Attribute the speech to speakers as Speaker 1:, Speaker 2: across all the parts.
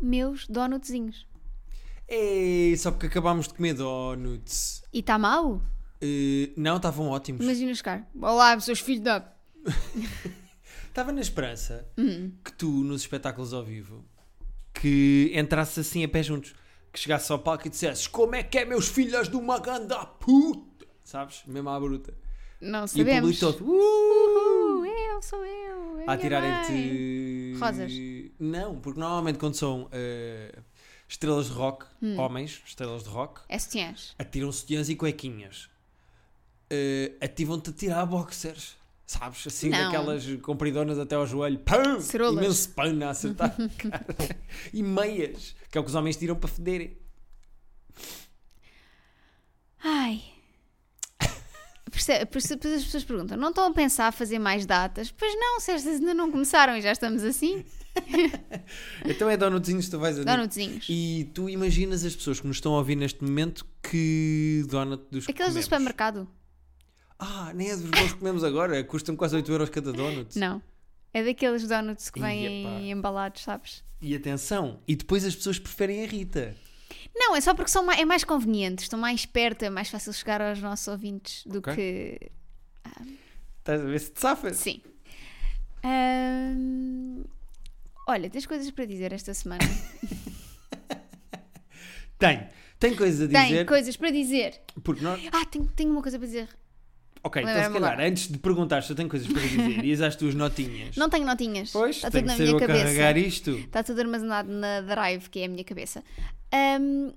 Speaker 1: meus donutzinhos.
Speaker 2: Ei, só porque acabámos de comer donuts.
Speaker 1: E está mau?
Speaker 2: Eh, não, estavam ótimos.
Speaker 1: Imagina chegar. Olá, seus filhos da...
Speaker 2: Estava na esperança
Speaker 1: Hum.
Speaker 2: que tu, nos espetáculos ao vivo, que entrasse assim a pé juntos. Que chegasse ao palco e dissesses como é que é, meus filhos de uma ganda puta. Sabes? Mesmo à bruta.
Speaker 1: Não
Speaker 2: E o
Speaker 1: sabemos.
Speaker 2: público todo. "Uh!"
Speaker 1: Uh, eu sou eu. é
Speaker 2: a
Speaker 1: minha mãe.
Speaker 2: tirarem-te
Speaker 1: Rosas.
Speaker 2: Não, porque normalmente quando são eh, estrelas de rock,
Speaker 1: Hum.
Speaker 2: homens, estrelas de rock,
Speaker 1: É sutiãs.
Speaker 2: atiram sutiãs e cuequinhas. Eh, ativam-te a tirar boxers. Sabes? Assim,
Speaker 1: Não.
Speaker 2: daquelas compridonas até ao joelho. Pam!
Speaker 1: Cerolas.
Speaker 2: Imenso pano a acertar. cara. e meias, que é o que os homens tiram para federem.
Speaker 1: Ai. Perce- perce- Depois as pessoas perguntam: não estão a pensar a fazer mais datas? Pois não, se estas ainda não começaram e já estamos assim?
Speaker 2: Então é donutzinhos que tu vais a dizer.
Speaker 1: Donutzinhos.
Speaker 2: E tu imaginas as pessoas que nos estão a ouvir neste momento que donut dos que
Speaker 1: Aqueles do
Speaker 2: comemos.
Speaker 1: supermercado?
Speaker 2: Ah, nem é dos bons que comemos agora. Custam quase 8 euros cada donut.
Speaker 1: Não. É daqueles donuts que
Speaker 2: Ia, pá.
Speaker 1: vêm embalados, sabes?
Speaker 2: E atenção, e depois as pessoas preferem a Rita.
Speaker 1: Não, é só porque são mais, é mais conveniente, estão mais perto, é mais fácil chegar aos nossos ouvintes do
Speaker 2: Ok.
Speaker 1: que.
Speaker 2: Estás a ver se te safas?
Speaker 1: Sim. Ahm, Olha, tens coisas para dizer esta semana?
Speaker 2: Tem. Tem coisas a
Speaker 1: Tem
Speaker 2: dizer.
Speaker 1: coisas para dizer.
Speaker 2: Porque nós...
Speaker 1: Ah, tenho, tenho uma coisa para dizer.
Speaker 2: Ok, então se
Speaker 1: Lembrei-me
Speaker 2: calhar,
Speaker 1: agora.
Speaker 2: antes de perguntar se eu tenho coisas para dizer e as tuas notinhas.
Speaker 1: Não tenho notinhas.
Speaker 2: Pois,
Speaker 1: está
Speaker 2: tem
Speaker 1: tudo
Speaker 2: que
Speaker 1: na
Speaker 2: ser eu
Speaker 1: minha
Speaker 2: a carregar
Speaker 1: cabeça.
Speaker 2: isto.
Speaker 1: Está tudo armazenado na drive, que é a minha cabeça. Ahm,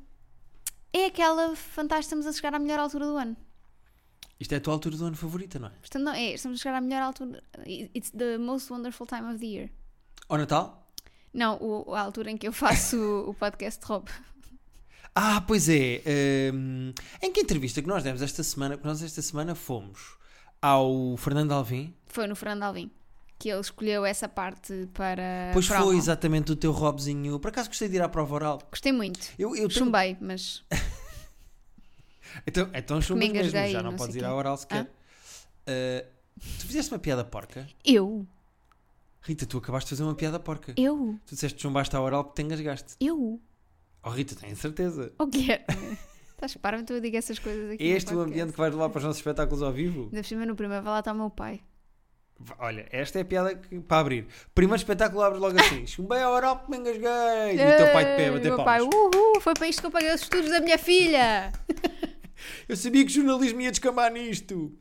Speaker 1: é aquela fantástica, estamos a chegar à melhor altura do ano.
Speaker 2: Isto é a tua altura do ano favorita, não é?
Speaker 1: Portanto, não, é, estamos a chegar à melhor altura. It's the most wonderful time of the year.
Speaker 2: Ao Natal?
Speaker 1: Não, o- a altura em que eu faço o, o podcast de Rob.
Speaker 2: Ah, pois é. hum, em que entrevista que nós demos esta semana? Que nós esta semana fomos ao Fernando Alvim.
Speaker 1: Foi no Fernando Alvim que ele escolheu essa parte para.
Speaker 2: Pois
Speaker 1: promo.
Speaker 2: foi exatamente o teu Robzinho. Por acaso gostei de ir à prova oral.
Speaker 1: Gostei muito.
Speaker 2: Eu, eu tenho-
Speaker 1: Chumbei, mas.
Speaker 2: Então, então chumbas
Speaker 1: me
Speaker 2: mesmo,
Speaker 1: engasguei,
Speaker 2: já não,
Speaker 1: não
Speaker 2: podes
Speaker 1: sei
Speaker 2: ir à
Speaker 1: quê.
Speaker 2: oral sequer. Ah, tu fizeste uma piada porca?
Speaker 1: Eu,
Speaker 2: Rita, tu acabaste de fazer uma piada porca.
Speaker 1: eu,
Speaker 2: Tu disseste que chumbaste à oral porque te engasgaste.
Speaker 1: eu.
Speaker 2: Oh, Rita, tenho certeza.
Speaker 1: O que é? Estás para-me, tu eu digo essas coisas aqui.
Speaker 2: É
Speaker 1: no
Speaker 2: este o
Speaker 1: podcast.
Speaker 2: ambiente que vais levar para os nossos espetáculos ao vivo?
Speaker 1: Ainda por cima, no primeiro, vai lá está o meu pai.
Speaker 2: Olha, esta é a piada que, para abrir. Primeiro espetáculo abres logo assim. Chumbei à oral porque me engasguei. E o teu pai de pé a
Speaker 1: Ei,
Speaker 2: bater
Speaker 1: Eh, meu
Speaker 2: palmas.
Speaker 1: pai, uh. uhul, foi para isto que eu paguei os estudos da minha filha.
Speaker 2: Eu sabia que jornalismo ia descambar nisto.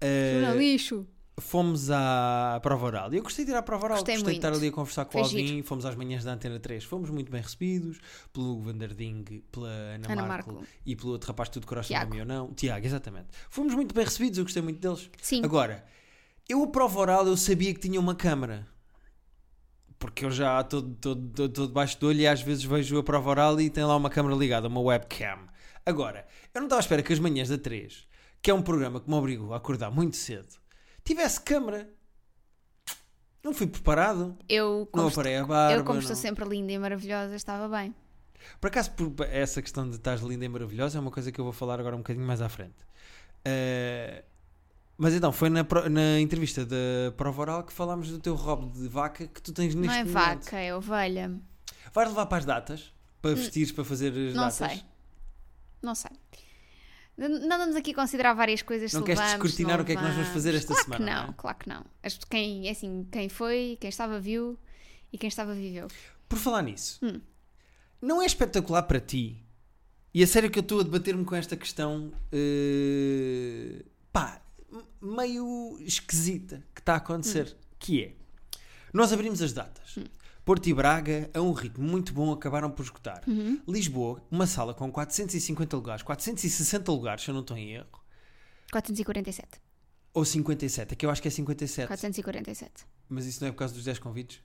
Speaker 2: Ah,
Speaker 1: Jornal é um lixo.
Speaker 2: fomos à prova oral. Eu gostei de ir à prova oral,
Speaker 1: Gostei
Speaker 2: gostei, de
Speaker 1: muito.
Speaker 2: estar ali a conversar com
Speaker 1: Foi
Speaker 2: alguém. Fomos às manhãs da Antena 3, fomos muito bem recebidos pelo Hugo Vanderding, pela Ana,
Speaker 1: Ana
Speaker 2: Marco,
Speaker 1: Marco.
Speaker 2: e pelo outro rapaz, tudo coração
Speaker 1: Tiago.
Speaker 2: do meu não, Tiago, exatamente. Fomos muito bem recebidos, eu gostei muito deles.
Speaker 1: Sim.
Speaker 2: Agora, eu a prova oral, eu sabia que tinha uma câmara. Porque eu já estou todo, todo, todo debaixo do olho e às vezes vejo a prova oral e tem lá uma câmara ligada, uma webcam. Agora, eu não estava à espera que as manhãs da 3, que é um programa que me obrigou a acordar muito cedo, tivesse câmara. Não fui preparado.
Speaker 1: Eu,
Speaker 2: Não
Speaker 1: como, est-
Speaker 2: aparei a barba.
Speaker 1: eu, como estou
Speaker 2: não.
Speaker 1: sempre linda e maravilhosa, estava bem.
Speaker 2: Por acaso, por essa questão de estás linda e maravilhosa é uma coisa que eu vou falar agora um bocadinho mais à frente. Eh, mas então, foi na, pro- na entrevista da Prova Oral que falámos do teu robe de vaca que tu tens neste
Speaker 1: não é
Speaker 2: momento.
Speaker 1: vaca, é ovelha.
Speaker 2: Vais levar para as datas? Para vestires, para fazer as
Speaker 1: Hum. Não
Speaker 2: datas?
Speaker 1: sei. Não sei. N- Não vamos aqui considerar várias coisas.
Speaker 2: Não
Speaker 1: se
Speaker 2: queres
Speaker 1: levamos, se
Speaker 2: descortinar
Speaker 1: não
Speaker 2: o que é que nós vamos fazer esta
Speaker 1: claro
Speaker 2: semana,
Speaker 1: Que não,
Speaker 2: não é?
Speaker 1: claro que não. As- Quem, é assim, quem foi, quem estava viu e quem estava viveu.
Speaker 2: Por falar nisso, não é espetacular para ti? E a sério que eu estou a debater-me com esta questão, eh, pá, m- meio esquisita que está a acontecer, que é, nós abrimos as datas. Porto e Braga, a um ritmo muito bom, acabaram por esgotar. Lisboa, uma sala com 450 lugares, 460 lugares, se eu não estou em erro,
Speaker 1: 447.
Speaker 2: ou 57, é que eu acho que é 57,
Speaker 1: 447.
Speaker 2: mas isso não é por causa dos 10 convites?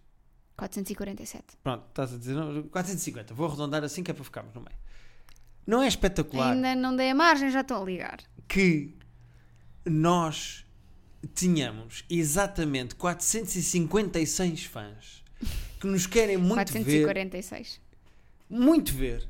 Speaker 1: 447.
Speaker 2: Pronto, estás a dizer não, 450. Vou arredondar assim que é para ficarmos no meio. Não é espetacular
Speaker 1: Ainda não dei a margem, já estão a ligar.
Speaker 2: que nós tínhamos exatamente 456 fãs que nos querem muito ver,
Speaker 1: 446.
Speaker 2: muito ver.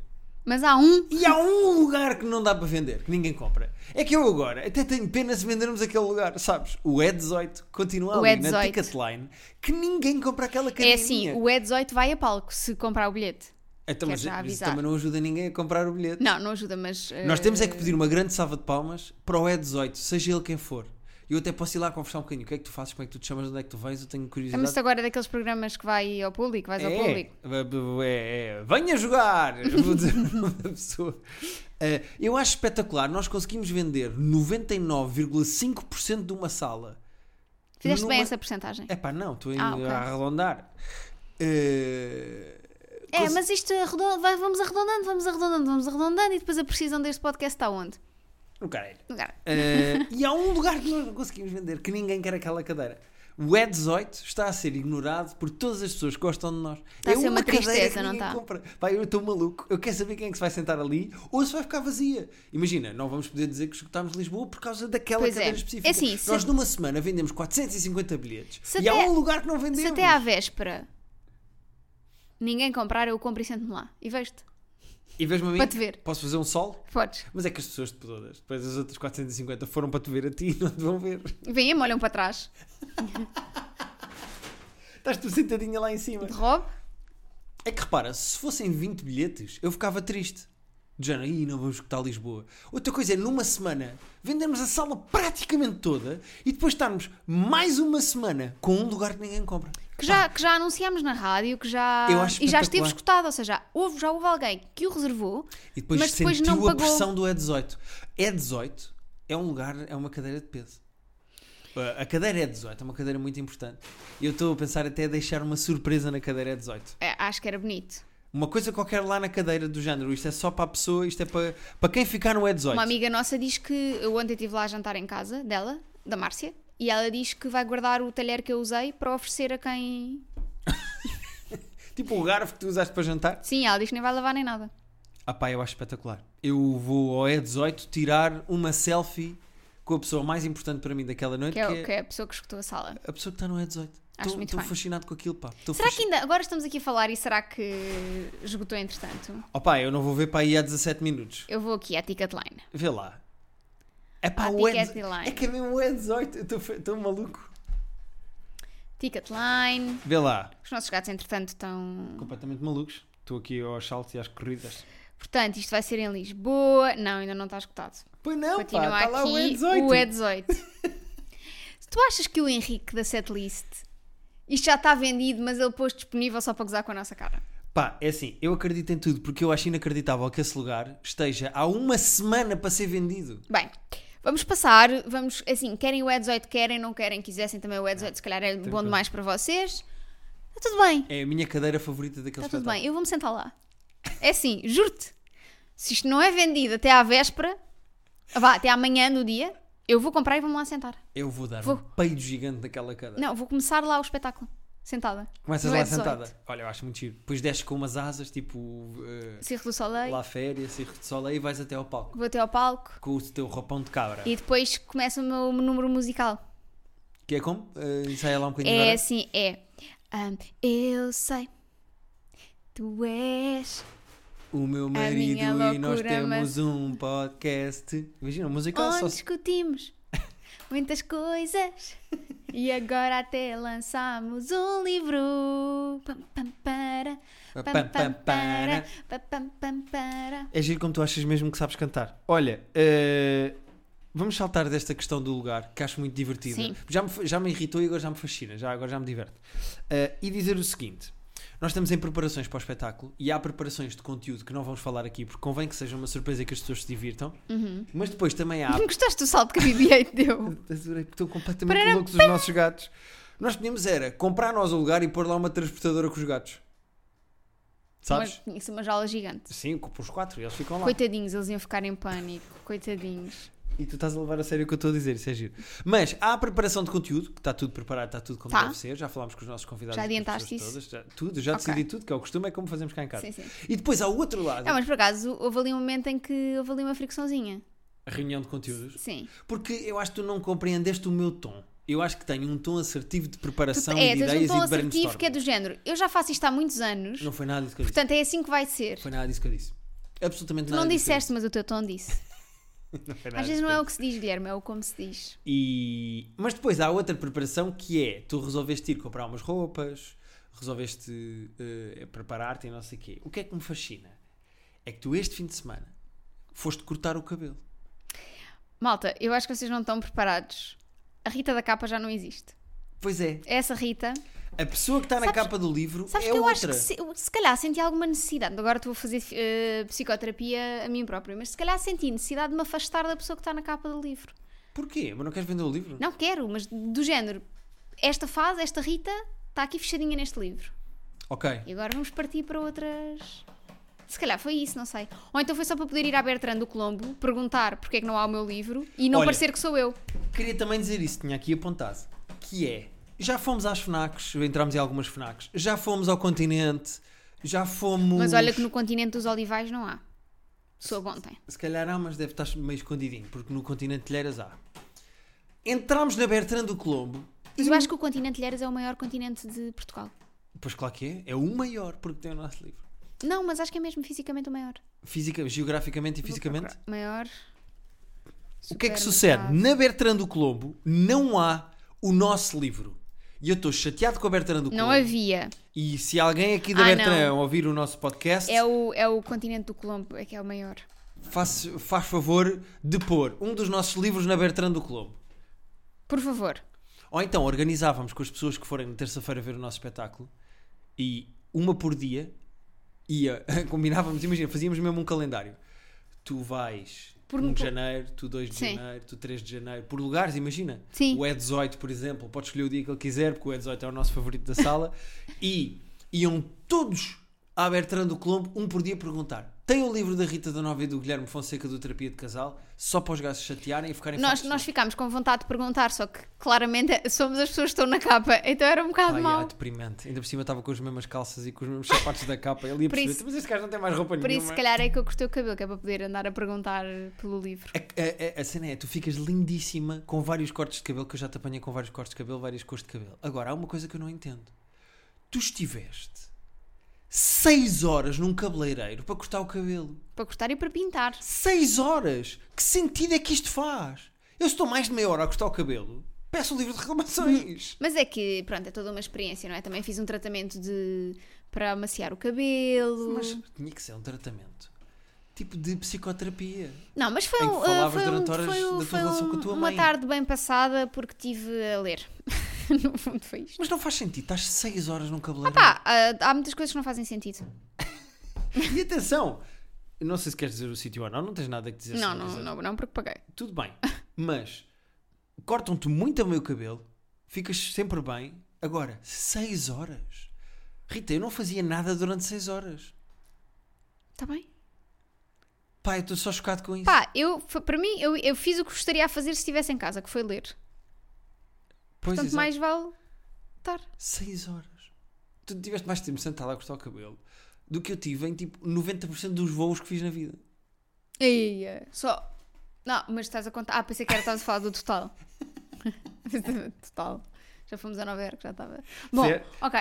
Speaker 1: Mas há um.
Speaker 2: E há um lugar que não dá para vender, que ninguém compra. É que eu agora até tenho pena se vendermos aquele lugar, sabes? O E18 continua
Speaker 1: O
Speaker 2: ali na
Speaker 1: E18.
Speaker 2: Ticketline que ninguém compra aquela
Speaker 1: É
Speaker 2: cadeirinha.
Speaker 1: assim, o E18 vai a palco se comprar o bilhete.
Speaker 2: Então,
Speaker 1: Quer
Speaker 2: mas
Speaker 1: já
Speaker 2: isso
Speaker 1: avisar.
Speaker 2: também não ajuda ninguém a comprar o bilhete.
Speaker 1: Não, não ajuda, mas. eh,
Speaker 2: Nós temos é que pedir uma grande salva de palmas para o E18, seja ele quem for. Eu até posso ir lá conversar um bocadinho. O que é que tu fazes? Como é que tu te chamas? Onde é que tu vens? Eu tenho curiosidade.
Speaker 1: Chama-se agora daqueles programas que vai ao público, vais ao
Speaker 2: É,
Speaker 1: público.
Speaker 2: é, é, venha jogar! Vou dizer o nome da pessoa. Eh, eu acho espetacular. Nós conseguimos vender 99,5% de uma sala.
Speaker 1: Fizeste bem
Speaker 2: Numa-
Speaker 1: essa porcentagem.
Speaker 2: Epá, não, estou ainda
Speaker 1: Ah, ok.
Speaker 2: a arredondar. Eh,
Speaker 1: É,
Speaker 2: cons-
Speaker 1: mas isto arredon- vai- vamos arredondando, vamos arredondando, vamos arredondando e depois a precisão deste podcast está onde?
Speaker 2: Oh, caralho.
Speaker 1: No lugar.
Speaker 2: Eh, e há um lugar que nós não conseguimos vender, que ninguém quer aquela cadeira. O E18 está a ser ignorado por todas as pessoas que gostam de nós. É
Speaker 1: Está a ser uma
Speaker 2: cadeira
Speaker 1: tristeza,
Speaker 2: que
Speaker 1: não
Speaker 2: ninguém
Speaker 1: está?
Speaker 2: compra. Pai, eu estou maluco. Eu quero saber quem é que se vai sentar ali ou se vai ficar vazia. Imagina, não vamos poder dizer que esgotámos Lisboa por causa daquela
Speaker 1: Pois é.
Speaker 2: cadeira específica.
Speaker 1: É assim, se-
Speaker 2: Nós numa semana vendemos 450 bilhetes
Speaker 1: Se
Speaker 2: e há
Speaker 1: até-
Speaker 2: um lugar que não vendemos.
Speaker 1: Se até à véspera ninguém comprar, eu compro e sento-me lá. E vejo-te.
Speaker 2: E vês-me a mim?
Speaker 1: Para te ver.
Speaker 2: Posso fazer um sol?
Speaker 1: Podes.
Speaker 2: Mas é que as pessoas de todas, depois as outras 450 foram para te ver a ti e não te vão ver.
Speaker 1: Vêm-me, olham para trás.
Speaker 2: Estás tu sentadinha lá em cima.
Speaker 1: De Rob,
Speaker 2: É que repara, se fossem 20 bilhetes, eu ficava triste. De género, "Ih, não vamos escutar Lisboa. Outra coisa é, numa semana, vendermos a sala praticamente toda e depois estarmos mais uma semana com um lugar que ninguém compra.
Speaker 1: que já, que já anunciámos na rádio, que já.
Speaker 2: Eu acho
Speaker 1: e já esteve
Speaker 2: espetacular.
Speaker 1: escutado, ou seja, houve, já houve alguém que o reservou,
Speaker 2: E depois
Speaker 1: mas depois
Speaker 2: sentiu
Speaker 1: não
Speaker 2: a
Speaker 1: pagou.
Speaker 2: pressão do E18. E18 é um lugar, é uma cadeira de peso. A- A cadeira E18 é uma cadeira muito importante. E eu estou a pensar até deixar uma surpresa na cadeira E18.
Speaker 1: É, acho que era bonito.
Speaker 2: Uma coisa qualquer lá na cadeira do género. Isto é só para a pessoa, isto é para, para quem ficar no E18.
Speaker 1: Uma amiga nossa diz que eu ontem estive lá a jantar em casa dela, da Márcia, e ela diz que vai guardar o talher que eu usei para oferecer a quem.
Speaker 2: Tipo o garfo que tu usaste para jantar.
Speaker 1: Sim, ela diz que nem vai lavar nem nada.
Speaker 2: Ah pá, eu acho espetacular. Eu vou ao E18 tirar uma selfie com a pessoa mais importante para mim daquela noite,
Speaker 1: Que
Speaker 2: que,
Speaker 1: é, o-
Speaker 2: é
Speaker 1: que é a pessoa que escutou a sala.
Speaker 2: a pessoa que está no E18.
Speaker 1: Acho muito
Speaker 2: Estou
Speaker 1: bem.
Speaker 2: fascinado com aquilo, pá. Estou
Speaker 1: Será
Speaker 2: fasci-
Speaker 1: que ainda. Agora estamos aqui a falar e será que esgotou entretanto?
Speaker 2: Oh pá, eu não vou ver para aí há 17 minutos.
Speaker 1: Eu vou aqui à Ticketline.
Speaker 2: Vê lá. É pá,
Speaker 1: Ah,
Speaker 2: o
Speaker 1: Piquet
Speaker 2: E18.
Speaker 1: Line.
Speaker 2: É que é mesmo o E18. Eu estou fe- Estou maluco.
Speaker 1: Ticketline.
Speaker 2: Vê lá.
Speaker 1: Os nossos gatos, entretanto, estão.
Speaker 2: Completamente malucos. Estou aqui aos saltos e às corridas.
Speaker 1: Portanto, isto vai ser em Lisboa. Não, ainda não está escutado.
Speaker 2: Pois não,
Speaker 1: Continua
Speaker 2: pá. Está tá lá
Speaker 1: aqui
Speaker 2: o E18.
Speaker 1: o E18. Se tu achas que o Henrique da setlist, isto já está vendido, mas ele pôs disponível só para gozar com a nossa cara.
Speaker 2: Pá, é assim, eu acredito em tudo, porque eu acho inacreditável que esse lugar esteja há uma semana para ser vendido.
Speaker 1: Bem, vamos passar, vamos, assim, querem o E18, querem, não querem, quisessem também o E18, se calhar é bom demais para vocês. Está tudo bem,
Speaker 2: É a minha cadeira favorita daquele
Speaker 1: está Tá tudo
Speaker 2: espetáculo.
Speaker 1: bem, eu vou-me sentar lá. É assim, juro-te, se isto não é vendido até à véspera, vá, até amanhã do dia, eu vou comprar e vou-me lá sentar.
Speaker 2: Eu vou dar
Speaker 1: Vou.
Speaker 2: um peido gigante naquela cadeira.
Speaker 1: Não, é vou começar lá o espetáculo, sentada.
Speaker 2: Começas
Speaker 1: no
Speaker 2: lá
Speaker 1: E18.
Speaker 2: sentada. Olha, eu acho muito giro. Depois desces com umas asas, tipo eh,
Speaker 1: Cirque du Soleil.
Speaker 2: lá férias, circo de sol, aí vais até ao palco.
Speaker 1: vou até ao palco
Speaker 2: Com o teu roupão de cabra.
Speaker 1: e depois começa o meu número musical.
Speaker 2: Que é como? Eh, ensaia lá um bocadinho
Speaker 1: É
Speaker 2: agora.
Speaker 1: assim, é. Ahm, eu sei, tu és.
Speaker 2: O meu marido
Speaker 1: minha
Speaker 2: e nós
Speaker 1: loucura,
Speaker 2: temos
Speaker 1: mas-
Speaker 2: um podcast. Imagina, um musical
Speaker 1: Onde
Speaker 2: só...
Speaker 1: discutimos muitas coisas e agora até lançamos um livro. Pam, pam, para, pam, pam, para, pam, pam, pam, para.
Speaker 2: É giro como tu achas mesmo que sabes cantar. Olha, eh, vamos saltar desta questão do lugar, que acho muito divertida.
Speaker 1: Sim.
Speaker 2: Já me, fa- já me irritou e agora já me fascina, já, agora já me diverte. Eh, e dizer o seguinte: nós estamos em preparações para o espetáculo e há preparações de conteúdo que não vamos falar aqui, porque convém que seja uma surpresa e que as pessoas se divirtam. Mas depois também há.
Speaker 1: Gostaste do salto que a BB-8 deu?
Speaker 2: Adorei, porque Estão completamente
Speaker 1: Pararam,
Speaker 2: loucos os nossos gatos. Nós podíamos era comprar nós o lugar e pôr lá uma transportadora com os gatos. Sabes?
Speaker 1: Uma, isso é uma jaula gigante.
Speaker 2: Sim, com os quatro, eles ficam lá.
Speaker 1: Coitadinhos, eles iam ficar em pânico. Coitadinhos.
Speaker 2: E tu estás a levar a sério o que eu estou a dizer, isso é giro. Mas há a preparação de conteúdo, que está tudo preparado, está tudo como
Speaker 1: Tá.
Speaker 2: deve ser. Já falámos com os nossos convidados.
Speaker 1: Já
Speaker 2: com as
Speaker 1: adiantaste
Speaker 2: pessoas
Speaker 1: isso?
Speaker 2: todas, já- tudo, já
Speaker 1: Ok.
Speaker 2: decidi tudo, que é o costume, é como fazemos cá em casa.
Speaker 1: Sim, É sim.
Speaker 2: E depois há o outro lado,
Speaker 1: Não, mas por acaso houve ali um momento em que houve ali uma fricçãozinha.
Speaker 2: a reunião de conteúdos.
Speaker 1: Sim.
Speaker 2: Porque eu acho que tu não compreendeste o meu tom. Eu acho que tenho um tom assertivo de
Speaker 1: Tu,
Speaker 2: preparação
Speaker 1: é,
Speaker 2: e de
Speaker 1: tens um
Speaker 2: ideias
Speaker 1: tom
Speaker 2: e de brainstorming.
Speaker 1: assertivo que é do género. Eu já faço isto há muitos anos,
Speaker 2: Não foi nada disso que eu disse.
Speaker 1: portanto é assim que vai ser.
Speaker 2: Foi nada disso que eu disse. Absolutamente
Speaker 1: Tu
Speaker 2: nada
Speaker 1: não
Speaker 2: disso que eu disse.
Speaker 1: disseste, mas o teu tom disse.
Speaker 2: Não foi nada
Speaker 1: Às
Speaker 2: disso
Speaker 1: vezes
Speaker 2: que
Speaker 1: não
Speaker 2: eu
Speaker 1: é o que se diz, Guilherme, é o como se diz.
Speaker 2: E... Mas depois há outra preparação que é tu resolveste ir comprar umas roupas, resolveste eh, preparar-te e não sei o quê. O que é que me fascina é que tu este fim de semana foste cortar o cabelo.
Speaker 1: Malta, eu acho que vocês não estão preparados. A Rita da capa já não existe.
Speaker 2: Pois é,
Speaker 1: Essa Rita.
Speaker 2: a pessoa que está na
Speaker 1: Sabes-
Speaker 2: capa do livro
Speaker 1: Sabes
Speaker 2: é
Speaker 1: que eu acho
Speaker 2: outra.
Speaker 1: que se, eu, se calhar senti alguma necessidade. Agora estou a fazer eh, psicoterapia a mim própria, mas se calhar senti necessidade de me afastar da pessoa que está na capa do livro.
Speaker 2: Porquê? Mas não queres vender o livro?
Speaker 1: Não quero, mas do género. Esta fase, esta Rita, está aqui fechadinha neste livro.
Speaker 2: Ok.
Speaker 1: E agora vamos partir para outras. Se calhar foi isso, não sei. Ou então foi só para poder ir à Bertrand do Colombo, perguntar porque é que não há o meu livro e não
Speaker 2: Olha.
Speaker 1: parecer que sou eu.
Speaker 2: Queria também dizer isso, tinha aqui apontado. Que é, já fomos às FNACs, entramos em algumas FNACs, já fomos ao continente, já fomos...
Speaker 1: Mas olha que no continente dos olivais não há. Soube ontem.
Speaker 2: Se calhar há, mas deve estar meio escondidinho, porque no continente de Lheiras há. Entramos na Bertrand do Colombo.
Speaker 1: Mas eu acho que o continente de Lheiras é o maior continente de Portugal.
Speaker 2: Pois claro que é, é o maior, porque tem o nosso livro.
Speaker 1: Não, mas acho que é mesmo fisicamente o maior.
Speaker 2: Física, geograficamente e fisicamente.
Speaker 1: Maior.
Speaker 2: O que é
Speaker 1: supermercado.
Speaker 2: que sucede? Na Bertrand do Colombo não há o nosso livro. E eu estou chateado com a Bertrand do
Speaker 1: Não
Speaker 2: Colombo.
Speaker 1: havia.
Speaker 2: E se alguém aqui da
Speaker 1: Ah,
Speaker 2: Bertrand
Speaker 1: não.
Speaker 2: ouvir o nosso podcast,
Speaker 1: É o, é o continente do Colombo, é que é o maior.
Speaker 2: faz, faz favor de pôr um dos nossos livros na Bertrand do Colombo.
Speaker 1: Por favor.
Speaker 2: Ou então organizávamos com as pessoas que forem na terça-feira ver o nosso espetáculo e uma por dia ia, combinávamos, imagina, fazíamos mesmo um calendário. Tu vais
Speaker 1: Por-
Speaker 2: 1 de
Speaker 1: por-
Speaker 2: janeiro, tu 2 de
Speaker 1: Sim.
Speaker 2: janeiro, tu 3 de janeiro, por lugares, imagina.
Speaker 1: Sim.
Speaker 2: O E18, por exemplo, pode escolher o dia que ele quiser, porque o E18 é o nosso favorito da sala. e iam todos à Bertrand do Colombo, um por dia, perguntar. Tem o livro da Rita da Nova e do Guilherme Fonseca do Terapia de Casal, só para os gajos se chatearem e ficarem
Speaker 1: Nós,
Speaker 2: fartos.
Speaker 1: nós ficámos com vontade de perguntar, só que claramente somos as pessoas que estão na capa, então era um bocado
Speaker 2: Ai, ah,
Speaker 1: mau.
Speaker 2: deprimente. Ainda por cima estava com as mesmas calças e com os mesmos sapatos da capa. Ele ia
Speaker 1: Por
Speaker 2: perceber,
Speaker 1: isso-
Speaker 2: mas este gajo não tem mais roupa
Speaker 1: Por isso,
Speaker 2: nenhuma.
Speaker 1: se calhar, é que eu cortei o cabelo, que é para poder andar a perguntar pelo livro.
Speaker 2: a, a- a cena é, tu ficas lindíssima com vários cortes de cabelo, que eu já te apanhei com vários cortes de cabelo, várias cores de cabelo. Agora, há uma coisa que eu não entendo. Tu estiveste 6 horas num cabeleireiro para cortar o cabelo.
Speaker 1: Para cortar e para pintar.
Speaker 2: 6 horas! Que sentido é que isto faz? Eu se estou mais de meia hora a cortar o cabelo, peço um livro de reclamações.
Speaker 1: Mas é que, pronto, é toda uma experiência, não é? Também fiz um tratamento de. para amaciar o cabelo.
Speaker 2: Mas tinha que ser um tratamento. Tipo de psicoterapia.
Speaker 1: Não, mas foi
Speaker 2: Em que
Speaker 1: um. uh,
Speaker 2: falavas
Speaker 1: foi um-
Speaker 2: durante horas
Speaker 1: foi um-
Speaker 2: da tua
Speaker 1: foi
Speaker 2: relação
Speaker 1: um-
Speaker 2: com a tua
Speaker 1: Uma
Speaker 2: mãe.
Speaker 1: tarde bem passada porque estive a ler. no fundo foi isto.
Speaker 2: Mas não faz sentido, estás 6 horas num cabeleireiro.
Speaker 1: Pá, ah, há muitas coisas que não fazem sentido.
Speaker 2: E atenção, eu não sei se queres dizer o sítio ou não, não tens nada que dizer. se
Speaker 1: Não, não,
Speaker 2: quiseres.
Speaker 1: não, não, porque paguei.
Speaker 2: Tudo bem, mas cortam-te muito a meio cabelo, ficas sempre bem. Agora, 6 horas. Rita, eu não fazia nada durante 6 horas. Tá
Speaker 1: Está bem?
Speaker 2: Pá, eu estou só chocado com isso.
Speaker 1: Pá, eu, foi- para mim, eu, eu fiz o que gostaria a fazer se estivesse em casa, que foi ler.
Speaker 2: pois
Speaker 1: Portanto, mais vale estar.
Speaker 2: 6 horas. Tu tiveste mais tempo sentado a cortar o cabelo do que eu tive em tipo 90% dos voos que fiz na vida. é.
Speaker 1: Eia, só. Não, mas estás a contar. Ah, pensei que era estás a falar do total. total. Já fomos a Nova Iorque, já estava. Bom,
Speaker 2: Certo.
Speaker 1: ok.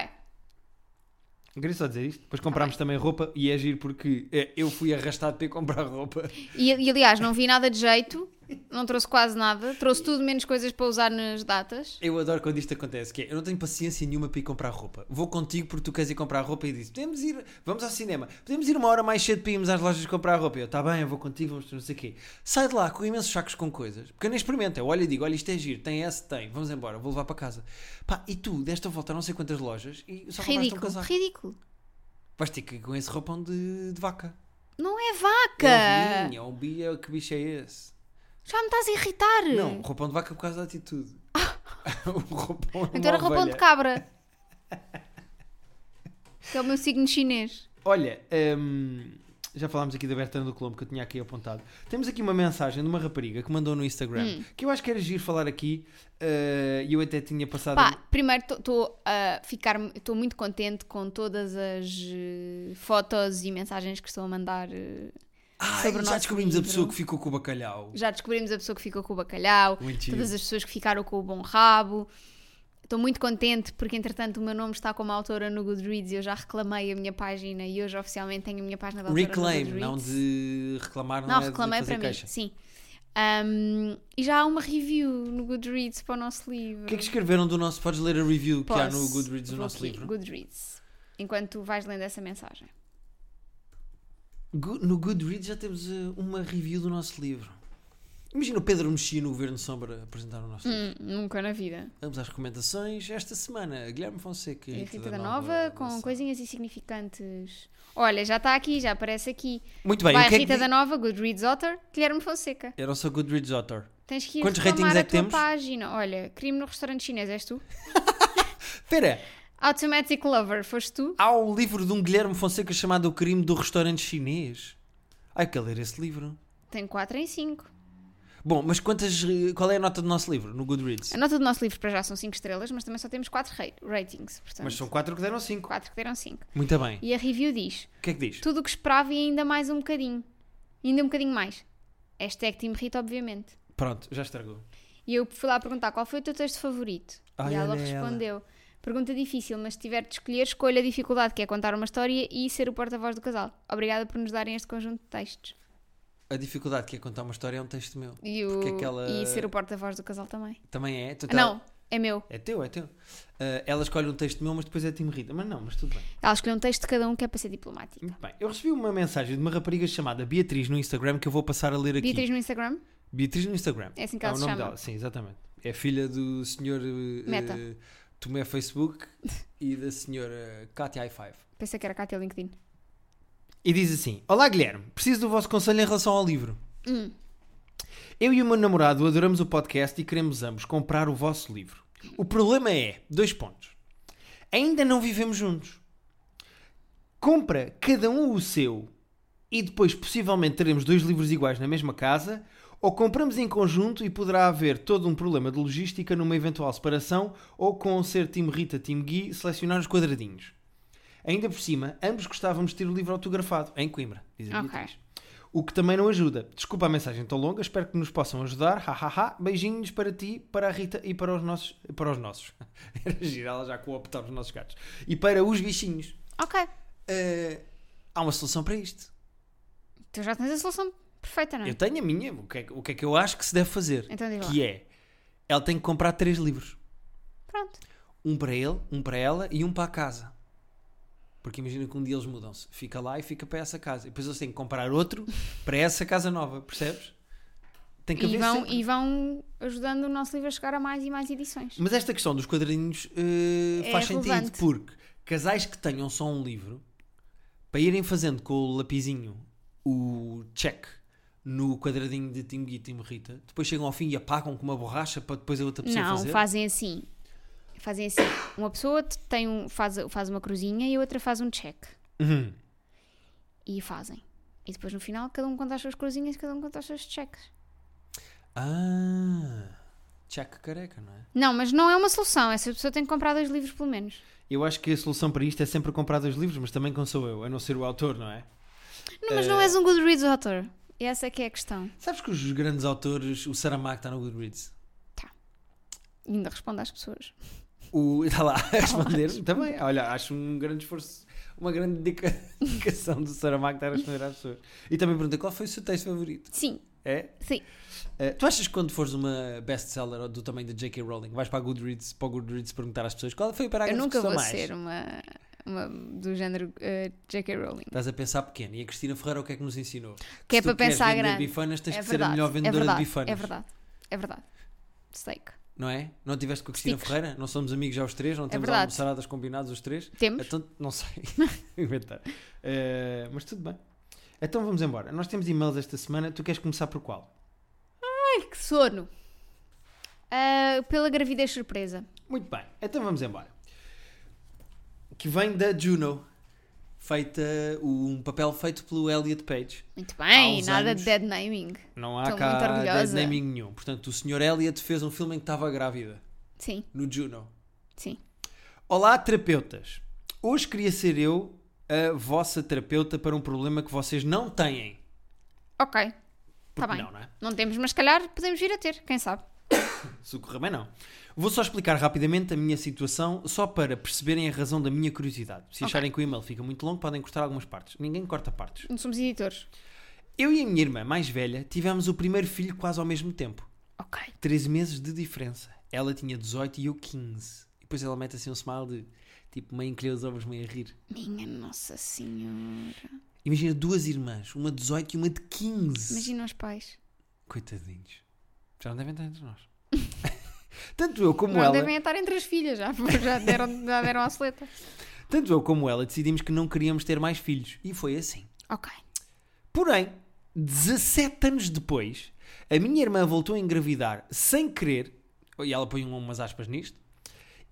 Speaker 2: Eu Queria só dizer isto. Depois comprámos também roupa e é giro porque é, eu fui arrastado para ir comprar roupa.
Speaker 1: E, e, aliás, não vi nada de jeito, não trouxe quase nada, trouxe tudo menos coisas para usar nas datas.
Speaker 2: Eu adoro quando isto acontece, que é, eu não tenho paciência nenhuma para ir comprar roupa. Vou contigo porque tu queres ir comprar roupa e dizes, podemos ir, vamos ao cinema, podemos ir uma hora mais cedo para irmos às lojas comprar roupa. E Eu, tá bem, eu vou contigo, vamos não sei o quê. Sai de lá com imensos sacos com coisas, porque eu nem experimento, eu olho e digo, olha isto é giro, tem esse, tem, vamos embora, vou levar para casa. Pá, e tu desta volta a não sei quantas lojas e só compraste um
Speaker 1: Ridículo,
Speaker 2: casaco.
Speaker 1: ridículo.
Speaker 2: Vais ter que ir com esse roupão de, de vaca.
Speaker 1: Não é
Speaker 2: É um
Speaker 1: vaca!
Speaker 2: vinho, é um bia, que bicho é esse?
Speaker 1: Já me estás a irritar!
Speaker 2: Não, um roupão de vaca por causa da atitude. o roupão é uma
Speaker 1: então era roupão
Speaker 2: ovelha.
Speaker 1: de cabra. que é o meu signo chinês.
Speaker 2: Olha, hum, já falámos aqui da Bertrand do Colombo que eu tinha aqui apontado. Temos aqui uma mensagem de uma rapariga que mandou no Instagram
Speaker 1: Hum.
Speaker 2: que eu acho que era giro falar aqui eh, e eu até tinha passado.
Speaker 1: Pá, primeiro estou a ficar estou muito contente com todas as eh, fotos e mensagens que estão a mandar. eh.
Speaker 2: Ah,
Speaker 1: sobre o
Speaker 2: já
Speaker 1: nosso
Speaker 2: descobrimos a
Speaker 1: livro.
Speaker 2: pessoa que ficou com o bacalhau.
Speaker 1: Já descobrimos a pessoa que ficou com o bacalhau,
Speaker 2: Muito giro.
Speaker 1: todas as pessoas que ficaram com o bom rabo. Estou muito contente porque, entretanto, o meu nome está como autora no Goodreads e eu já reclamei a minha página e hoje oficialmente tenho a minha página de autora no
Speaker 2: Reclaim,
Speaker 1: Goodreads.
Speaker 2: não de reclamar, não,
Speaker 1: Não,
Speaker 2: é de
Speaker 1: reclamei
Speaker 2: fazer
Speaker 1: para mim,
Speaker 2: queixa.
Speaker 1: sim. Um, e já há uma review no Goodreads para o nosso livro.
Speaker 2: O que é que escreveram do nosso? Podes ler a review que há no
Speaker 1: Posso?
Speaker 2: Goodreads do
Speaker 1: Vou
Speaker 2: nosso
Speaker 1: aqui,
Speaker 2: livro?
Speaker 1: Goodreads. Enquanto tu vais lendo essa mensagem.
Speaker 2: Go- No Goodreads já temos eh, uma review do nosso livro. Imagina o Pedro Mexia no Governo Sombra a apresentar o nosso livro.
Speaker 1: Hum, nunca na vida.
Speaker 2: Vamos às recomendações. Esta semana, Guilherme Fonseca
Speaker 1: E
Speaker 2: e
Speaker 1: a
Speaker 2: Rita da
Speaker 1: Nova com
Speaker 2: lançaram-
Speaker 1: coisinhas insignificantes. Olha, já está aqui, já aparece aqui.
Speaker 2: Muito bem,
Speaker 1: Vai
Speaker 2: o que é que
Speaker 1: Rita
Speaker 2: di-
Speaker 1: da Nova, Goodreads Author, Guilherme Fonseca.
Speaker 2: Era o seu Goodreads Author.
Speaker 1: Tens que ir
Speaker 2: Quantos
Speaker 1: reclamar
Speaker 2: ratings é
Speaker 1: a
Speaker 2: que
Speaker 1: tua
Speaker 2: temos?
Speaker 1: página. Olha, crime no restaurante chinês, és tu?
Speaker 2: Espera,
Speaker 1: Automatic Lover, foste tu?
Speaker 2: há um livro de um Guilherme Fonseca chamado O Crime do Restaurante Chinês. Ai, quero ler esse livro.
Speaker 1: Tem 4 em 5.
Speaker 2: Bom, mas quantas, eh, qual é a nota do nosso livro no Goodreads?
Speaker 1: A nota do nosso livro para já são 5 estrelas, mas também só temos 4 ratings. Portanto,
Speaker 2: Mas são quatro que deram cinco.
Speaker 1: 4 que deram 5.
Speaker 2: Muito bem.
Speaker 1: E a review diz:
Speaker 2: O que é que diz?
Speaker 1: tudo o que esperava e ainda mais um bocadinho. Ainda um bocadinho mais. Hashtag Team Rita, obviamente.
Speaker 2: Pronto, já estragou.
Speaker 1: E eu fui lá perguntar qual foi o teu texto favorito.
Speaker 2: Ai,
Speaker 1: e ela
Speaker 2: olha ela.
Speaker 1: respondeu: Pergunta difícil, mas se tiver de escolher, escolha a dificuldade, que é contar uma história e ser o porta-voz do casal. Obrigada por nos darem este conjunto de textos.
Speaker 2: A dificuldade que é contar uma história é um texto meu.
Speaker 1: E, o-
Speaker 2: Porque aquela-
Speaker 1: e ser o porta-voz do casal também.
Speaker 2: Também é? Tu tá-
Speaker 1: Não, é meu.
Speaker 2: É teu, é teu. Ah, ela escolhe um texto meu, mas depois é Tim Rita. Mas não, mas tudo bem.
Speaker 1: Ela escolheu um texto de cada um que é para ser diplomático.
Speaker 2: Muito bem. Eu recebi uma mensagem de uma rapariga chamada Beatriz no Instagram que eu vou passar a ler aqui.
Speaker 1: Beatriz no Instagram?
Speaker 2: Beatriz no Instagram.
Speaker 1: É assim que
Speaker 2: é
Speaker 1: ela
Speaker 2: o
Speaker 1: se
Speaker 2: nome
Speaker 1: chama.
Speaker 2: dela, sim, exatamente. É filha do senhor eh,
Speaker 1: Meta.
Speaker 2: eh, Tomé Facebook e da senhora Katia i5.
Speaker 1: Pensei que era Cátia LinkedIn.
Speaker 2: E diz assim: Olá Guilherme, preciso do vosso conselho em relação ao livro.
Speaker 1: Hum.
Speaker 2: Eu e o meu namorado adoramos o podcast e queremos ambos comprar o vosso livro. O problema é: dois pontos. Ainda não vivemos juntos. Compra cada um o seu e depois possivelmente teremos dois livros iguais na mesma casa, ou compramos em conjunto e poderá haver todo um problema de logística numa eventual separação ou com ser time Rita, time Gui, selecionar os quadradinhos. Ainda por cima, ambos gostávamos de ter o livro autografado, em Coimbra, diz a
Speaker 1: Ok.
Speaker 2: Beatriz. O que também não ajuda. Desculpa a mensagem tão longa, espero que nos possam ajudar. Ha, ha, ha. Beijinhos para ti, para a Rita e para os nossos. Para os nossos. Era girar ela já cooptar os nossos gatos. E para os bichinhos.
Speaker 1: Ok.
Speaker 2: Eh, há uma solução para isto.
Speaker 1: Tu já tens a solução perfeita, não é?
Speaker 2: Eu tenho a minha. O que, é, que- o que é que eu acho que se deve fazer?
Speaker 1: Então diz lá.
Speaker 2: que é, ela tem que comprar três livros.
Speaker 1: Pronto.
Speaker 2: Um para ele, um para ela e um para a casa. Porque imagina que um dia eles mudam-se. Fica lá e fica para essa casa. E depois eles têm que comprar outro para essa casa nova. Percebes? Tem que
Speaker 1: E
Speaker 2: haver
Speaker 1: vão,
Speaker 2: sempre.
Speaker 1: e vão ajudando o nosso livro a chegar a mais e mais edições.
Speaker 2: Mas esta questão dos quadradinhos eh,
Speaker 1: É
Speaker 2: faz sentido
Speaker 1: relevante.
Speaker 2: porque casais que tenham só um livro para irem fazendo com o lapizinho o check no quadradinho de Tim Gui e Tim Rita, depois chegam ao fim e apagam com uma borracha para depois a outra pessoa
Speaker 1: Não,
Speaker 2: fazer.
Speaker 1: fazem assim. Fazem assim. Uma pessoa t- tem um, faz, faz uma cruzinha e a outra faz um check.
Speaker 2: Uhum.
Speaker 1: E fazem. E depois no final cada um conta as suas cruzinhas, cada um conta os seus cheques.
Speaker 2: Ah, check careca, não é?
Speaker 1: Não, mas não é uma solução. Essa pessoa tem que comprar dois livros pelo menos.
Speaker 2: Eu acho que a solução para isto é sempre comprar dois livros, mas também com sou eu, a não ser o autor, não é?
Speaker 1: Não, mas não
Speaker 2: Eh,
Speaker 1: és um Goodreads autor. Essa é que é a questão.
Speaker 2: Sabes que os grandes autores, o Saramago está no Goodreads.
Speaker 1: E ainda responde às pessoas.
Speaker 2: o, está lá a
Speaker 1: Tá
Speaker 2: responder também. Olha, acho um grande esforço, uma grande dedica- dedicação do Saramago estar a responder às pessoas. E também perguntei qual foi o seu texto favorito.
Speaker 1: Sim,
Speaker 2: É?
Speaker 1: sim.
Speaker 2: Eh, tu achas que quando fores uma best-seller do tamanho da J.K. Rowling, vais para, a Goodreads, para o Goodreads perguntar às pessoas qual foi o
Speaker 1: Eu
Speaker 2: parágrafo
Speaker 1: nunca
Speaker 2: que
Speaker 1: vou
Speaker 2: gostou mais?
Speaker 1: ser um uma, uma do género eh, J.K. Rowling.
Speaker 2: Estás a pensar pequeno. E a Cristina Ferreira o que é que nos ensinou?
Speaker 1: Que
Speaker 2: Se
Speaker 1: é
Speaker 2: tu
Speaker 1: para
Speaker 2: queres
Speaker 1: pensar
Speaker 2: vender
Speaker 1: grande.
Speaker 2: bifanas, tens
Speaker 1: é
Speaker 2: que
Speaker 1: verdade,
Speaker 2: ser a melhor vendedora
Speaker 1: é verdade,
Speaker 2: de bifanas.
Speaker 1: É verdade, é verdade. Steak.
Speaker 2: Não é? Não tiveste com a Cristina
Speaker 1: Sticks.
Speaker 2: Ferreira? Não somos amigos já os três? Não temos
Speaker 1: Tipo. É verdade.
Speaker 2: almoçaradas combinadas os três?
Speaker 1: Temos?
Speaker 2: Então, não sei. Inventar. Eh, mas tudo bem. Então vamos embora. Nós temos e-mails esta semana. Tu queres começar por qual?
Speaker 1: Ai, que sono! Ah, pela gravidez surpresa.
Speaker 2: Muito bem. Então vamos embora. Que vem da Juno. Feita um papel feito pelo Elliot Page.
Speaker 1: Muito
Speaker 2: Há
Speaker 1: bem,
Speaker 2: uns
Speaker 1: nada
Speaker 2: anos.
Speaker 1: de dead naming.
Speaker 2: Não há
Speaker 1: Estou
Speaker 2: cá
Speaker 1: muito orgulhosa.
Speaker 2: dead naming nenhum. Portanto, o Sr. Elliot fez um filme em que estava grávida.
Speaker 1: Sim,
Speaker 2: No Juno.
Speaker 1: sim.
Speaker 2: Olá, terapeutas. Hoje queria ser eu a vossa terapeuta para um problema que vocês não têm.
Speaker 1: Ok,
Speaker 2: Porque
Speaker 1: está Tá bem.
Speaker 2: não, não é?
Speaker 1: Não temos, mas se calhar podemos vir a ter, quem sabe?
Speaker 2: Se o correr bem, não. Vou só explicar rapidamente a minha situação, só para perceberem a razão da minha curiosidade. Se
Speaker 1: Ok.
Speaker 2: acharem que o e-mail fica muito longo, podem cortar algumas partes. Ninguém corta partes.
Speaker 1: Não somos editores.
Speaker 2: Eu e a minha irmã mais velha tivemos o primeiro filho quase ao mesmo tempo.
Speaker 1: Ok.
Speaker 2: 13 meses de diferença. Ela tinha 18 e eu 15. E depois ela mete assim um smile de tipo meio encolher os ovos, meio a rir.
Speaker 1: Minha Nossa Senhora.
Speaker 2: Imagina duas irmãs, uma de 18 e uma de 15.
Speaker 1: Imagina os pais.
Speaker 2: Coitadinhos. Já não devem estar entre nós. Tanto eu como
Speaker 1: não
Speaker 2: ela.
Speaker 1: devem estar entre as filhas, já, já deram, já deram a seleta.
Speaker 2: Tanto eu como ela decidimos que não queríamos ter mais filhos. E foi assim.
Speaker 1: Ok.
Speaker 2: Porém, 17 anos depois, a minha irmã voltou a engravidar sem querer, e ela põe um, umas aspas nisto,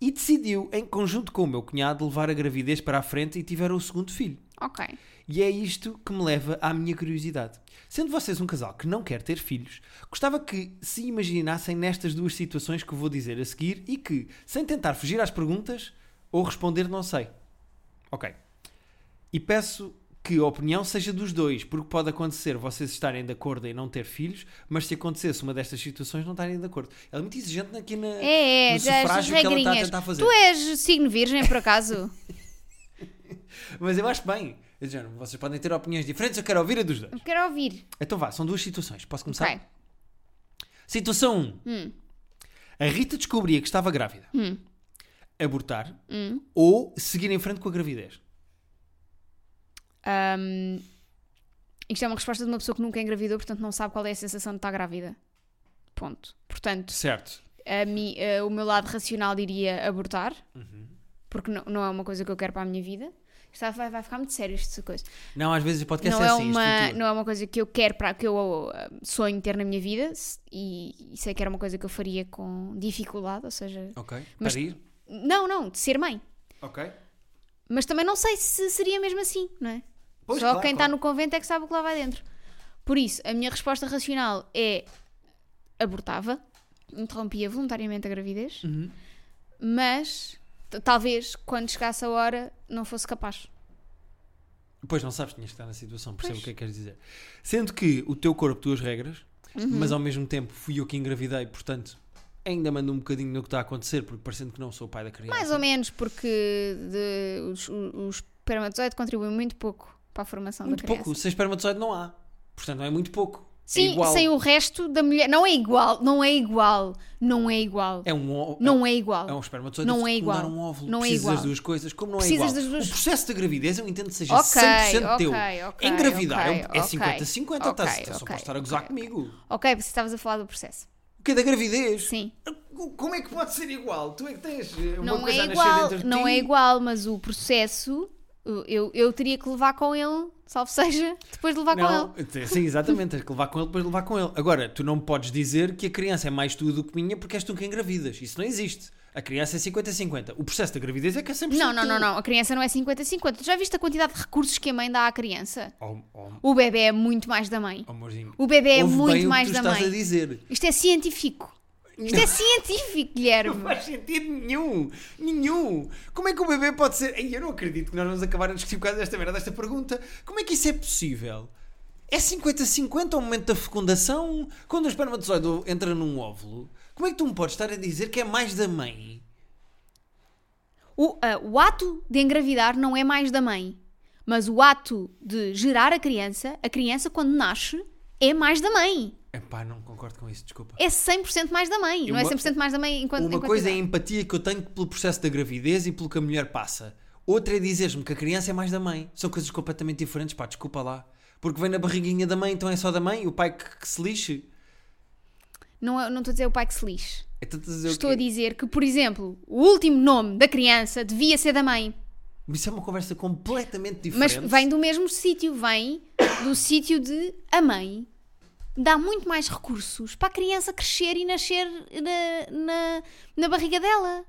Speaker 2: e decidiu, em conjunto com o meu cunhado, levar a gravidez para a frente e tiveram o segundo filho.
Speaker 1: Ok.
Speaker 2: E é isto que me leva à minha curiosidade. Sendo vocês um casal que não quer ter filhos, gostava que se imaginassem nestas duas situações que vou dizer a seguir e que, sem tentar fugir às perguntas ou responder não sei. Ok. E peço que a opinião seja dos dois, porque pode acontecer vocês estarem de acordo em não ter filhos, mas se acontecesse uma destas situações não estarem de acordo. Ela é muito exigente aqui na,
Speaker 1: É, é,
Speaker 2: no
Speaker 1: já as
Speaker 2: sufrágio que ela está a
Speaker 1: regrinhas.
Speaker 2: tentar fazer.
Speaker 1: Tu és signo virgem, por acaso? é-
Speaker 2: Mas eu acho bem. Eu digo, vocês podem ter opiniões diferentes, eu quero ouvir a dos dois.
Speaker 1: Eu Quero ouvir.
Speaker 2: Então vá, são duas situações. Posso começar?
Speaker 1: Ok. Hum.
Speaker 2: Situação 1. A Rita descobria que estava grávida. Abortar
Speaker 1: Hum.
Speaker 2: ou seguir em frente com a gravidez.
Speaker 1: Ahm, isto é uma resposta de uma pessoa que nunca engravidou, portanto não sabe qual é a sensação de estar grávida. Ponto. Portanto,
Speaker 2: Certo.
Speaker 1: a mi- eh, o meu lado racional diria abortar,
Speaker 2: Uhum.
Speaker 1: porque não, não é uma coisa que eu quero para a minha vida. Isto vai, vai ficar muito sério isto coisa.
Speaker 2: Não, às vezes o podcast
Speaker 1: não
Speaker 2: é
Speaker 1: é,
Speaker 2: assim. isto
Speaker 1: uma,
Speaker 2: tudo.
Speaker 1: não é uma coisa que eu quero para que eu ah, sonho ter na minha vida se- e, e sei que era uma coisa que eu faria com dificuldade, ou seja,
Speaker 2: Ok.
Speaker 1: Mas-
Speaker 2: Para ir?
Speaker 1: não, não, de ser mãe.
Speaker 2: Ok.
Speaker 1: Mas também não sei se seria mesmo assim, não é?
Speaker 2: Pois,
Speaker 1: Só
Speaker 2: claro,
Speaker 1: quem está
Speaker 2: claro.
Speaker 1: no convento é que sabe o que lá vai dentro. Por isso, a minha resposta racional é abortava, interrompia voluntariamente a gravidez,
Speaker 2: Uhum.
Speaker 1: mas t- talvez quando chegasse a hora não fosse capaz.
Speaker 2: Pois não sabes, tinhas que estar na situação, percebo
Speaker 1: Pois.
Speaker 2: o que é que queres dizer. Sendo que o teu corpo, tuas regras,
Speaker 1: Uhum.
Speaker 2: mas ao mesmo tempo fui eu que engravidei, portanto ainda mando um bocadinho no que está a acontecer, porque parecendo que não sou o pai da criança.
Speaker 1: Mais ou menos, porque de- os, o o espermatozoide contribui muito pouco para a formação
Speaker 2: Muito
Speaker 1: da criança.
Speaker 2: pouco. Sem espermatozoide não há. Portanto, não é muito pouco. é
Speaker 1: Sim,
Speaker 2: igual.
Speaker 1: sem o resto da mulher. Não é igual, não é igual, não é igual.
Speaker 2: É um, ó-
Speaker 1: não é igual.
Speaker 2: É um espermatozoide
Speaker 1: Não
Speaker 2: não
Speaker 1: é
Speaker 2: é
Speaker 1: igual.
Speaker 2: um óvulo.
Speaker 1: Não é
Speaker 2: Precisas
Speaker 1: igual.
Speaker 2: das duas coisas. Como não é
Speaker 1: Precisas
Speaker 2: igual?
Speaker 1: das duas-
Speaker 2: O processo da gravidez eu entendo que seja
Speaker 1: Ok,
Speaker 2: 100% teu.
Speaker 1: ok, ok,
Speaker 2: Engravidar é um-
Speaker 1: ok,
Speaker 2: é 50-50.
Speaker 1: ok,
Speaker 2: estás, estás tá só
Speaker 1: ok,
Speaker 2: para estar a
Speaker 1: ok,
Speaker 2: gozar
Speaker 1: ok.
Speaker 2: comigo.
Speaker 1: Ok, você estavas a falar do processo.
Speaker 2: O que é da gravidez?
Speaker 1: Sim.
Speaker 2: Como é que pode ser igual? Tu é que tens eh, uma
Speaker 1: não
Speaker 2: coisa
Speaker 1: é
Speaker 2: a nascer
Speaker 1: igual,
Speaker 2: dentro de
Speaker 1: não
Speaker 2: ti.
Speaker 1: é igual, mas o processo uh, eu, eu teria que levar com ele, salvo seja, depois de levar
Speaker 2: Não,
Speaker 1: com ele.
Speaker 2: sim, exatamente. Tens que levar com ele, depois levar com ele. Agora, tu não podes dizer que a criança é mais tua do que minha porque és tu quem engravidas. Isso não existe. A criança é 50-50. O processo da gravidez é que é 100%
Speaker 1: Não, não,
Speaker 2: teu.
Speaker 1: não, não. A criança não é 50-50. Tu já viste a quantidade de recursos que a mãe dá à criança?
Speaker 2: Oh, oh,
Speaker 1: O bebê é muito mais da mãe.
Speaker 2: amorzinho.
Speaker 1: O bebê é
Speaker 2: ouve bem
Speaker 1: muito
Speaker 2: o
Speaker 1: mais
Speaker 2: que tu
Speaker 1: da
Speaker 2: estás
Speaker 1: mãe.
Speaker 2: a dizer.
Speaker 1: Isto é científico. Isto é científico, Guilherme.
Speaker 2: Não faz sentido nenhum. Nenhum. Como é que o bebê pode ser. Ei, eu não acredito que nós vamos acabar a discutir por causa desta merda, desta pergunta. Como é que isso é possível? É 50-50 ao momento da fecundação? Quando o espermatozoide entra num óvulo, como é que tu me podes estar a dizer que é mais da mãe?
Speaker 1: O, ah, o ato de engravidar não é mais da mãe, mas o ato de gerar a criança, a criança quando nasce, é mais da mãe.
Speaker 2: Epá, não concordo com isso, desculpa.
Speaker 1: É 100% mais da mãe.
Speaker 2: E
Speaker 1: não é
Speaker 2: uma-
Speaker 1: 100% mais da mãe enquanto
Speaker 2: Uma
Speaker 1: enquanto
Speaker 2: coisa é a
Speaker 1: idade.
Speaker 2: empatia que eu tenho pelo processo da gravidez e pelo que a mulher passa. Outra é dizeres-me que a criança é mais da mãe. São coisas completamente diferentes, pá, desculpa lá. Porque vem na barriguinha da mãe, então é só da mãe e o pai que, que se lixe.
Speaker 1: Não é- não estou a dizer o pai que se lixe.
Speaker 2: É tanto dizer o
Speaker 1: Estou
Speaker 2: quê?
Speaker 1: a dizer que, por exemplo, o último nome da criança devia ser da mãe.
Speaker 2: Isso é uma conversa completamente
Speaker 1: Mas
Speaker 2: diferente.
Speaker 1: vem do mesmo sítio, vem do sítio de a mãe dá muito mais recursos para a criança crescer e nascer na, na, na barriga dela.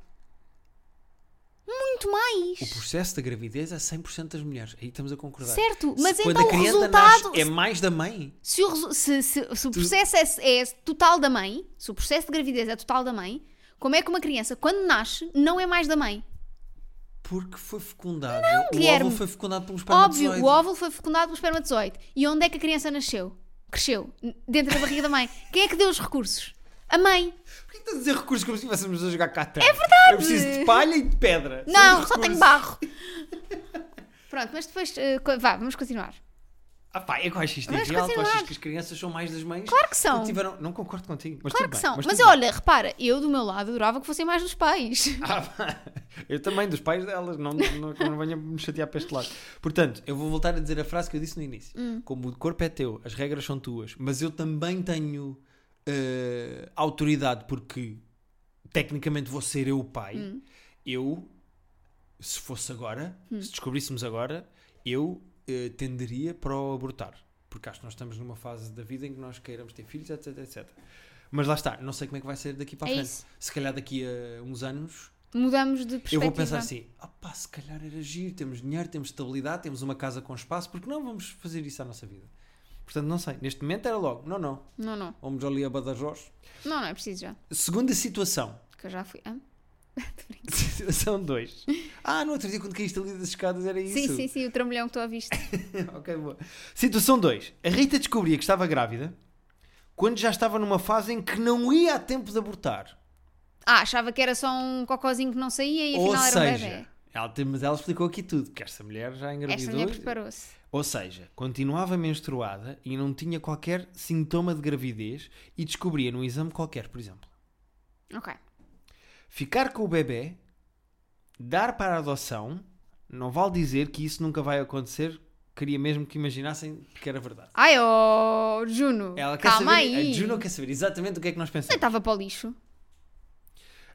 Speaker 1: Muito
Speaker 2: O
Speaker 1: mais.
Speaker 2: processo da gravidez é 100% das mulheres. Aí estamos a concordar.
Speaker 1: Certo, mas
Speaker 2: se,
Speaker 1: então
Speaker 2: quando
Speaker 1: o
Speaker 2: a criança
Speaker 1: resultado.
Speaker 2: nasce, é mais da mãe.
Speaker 1: se, o, resu- se- se- se o processo é, é total da mãe, se o processo de gravidez é total da mãe, como é que uma criança, quando nasce, não é mais da mãe?
Speaker 2: Porque foi fecundado. o
Speaker 1: Guilherme.
Speaker 2: óvulo foi fecundado pelos
Speaker 1: Óbvio,
Speaker 2: espermatozoide.
Speaker 1: o óvulo foi fecundado pelo espermatozoide. E onde é que a criança nasceu? Cresceu. N- Dentro da barriga da mãe. Quem é que deu os recursos? A mãe.
Speaker 2: Porquê estás a dizer recursos como se estivéssemos a jogar catan? É verdade! Eu preciso de palha e de pedra. São
Speaker 1: Não,
Speaker 2: os
Speaker 1: só tenho
Speaker 2: recursos.
Speaker 1: barro. Pronto, mas depois. eh, co- vá, vamos continuar.
Speaker 2: Ah pá, eu acho isto
Speaker 1: Vamos
Speaker 2: irreal. Tu achas
Speaker 1: continuar.
Speaker 2: que as crianças são mais das mães?
Speaker 1: Claro que são.
Speaker 2: Porque Tiveram... Não concordo contigo. Mas
Speaker 1: Claro
Speaker 2: tudo
Speaker 1: que
Speaker 2: bem,
Speaker 1: são. Mas,
Speaker 2: tudo bem.
Speaker 1: olha, repara, eu do meu lado adorava que fossem mais dos pais.
Speaker 2: Ah, pá. eu também, dos pais delas, não, não, não venham me chatear para este lado. Portanto, eu vou voltar a dizer a frase que eu disse no início:
Speaker 1: Hum.
Speaker 2: Como o corpo é teu, as regras são tuas, mas eu também tenho eh, autoridade, porque tecnicamente vou ser eu o pai.
Speaker 1: Hum.
Speaker 2: Eu, se fosse agora, se descobríssemos agora, eu eh, tenderia para o abortar, porque acho que nós estamos numa fase da vida em que nós queiramos ter filhos, etc, etc. Mas lá está, não sei como é que vai ser daqui para a
Speaker 1: É
Speaker 2: frente.
Speaker 1: isso.
Speaker 2: Se calhar daqui a uns anos
Speaker 1: Mudamos de perspectiva.
Speaker 2: eu vou pensar assim: opá, se calhar era giro, temos dinheiro, temos estabilidade, temos uma casa com espaço, porque não vamos fazer isso à nossa vida? Portanto, não sei. Neste momento era logo: não, não,
Speaker 1: Não, não.
Speaker 2: vamos ali a Badajoz.
Speaker 1: Não, não é preciso já.
Speaker 2: Segunda situação:
Speaker 1: Que eu já fui. Hã? Tô brincando.
Speaker 2: situação 2. Ah, no outro dia quando caíste ali das escadas era isso.
Speaker 1: Sim, sim, sim, o trambolhão que tu ouviste.
Speaker 2: ok, boa. Situação 2. A Rita descobria que estava grávida quando já estava numa fase em que não ia a tempo de abortar.
Speaker 1: Ah, achava que era só um cocózinho que não saía e
Speaker 2: Ou
Speaker 1: afinal era um
Speaker 2: seja,
Speaker 1: bebê.
Speaker 2: ela, tem- mas ela explicou aqui tudo, que esta mulher já
Speaker 1: Esta
Speaker 2: engravidou.
Speaker 1: mulher preparou-se.
Speaker 2: Ou seja, continuava menstruada e não tinha qualquer sintoma de gravidez e descobria num exame qualquer, por exemplo.
Speaker 1: Ok.
Speaker 2: Ficar com o bebê, dar para a adoção, não vale dizer que isso nunca vai acontecer. Queria mesmo que imaginassem que era verdade.
Speaker 1: Ai, oh, Juno.
Speaker 2: Ela quer
Speaker 1: calma
Speaker 2: saber,
Speaker 1: aí. Então-
Speaker 2: A Juno quer saber exatamente o que é que nós
Speaker 1: Eu
Speaker 2: pensamos.
Speaker 1: estava para o lixo.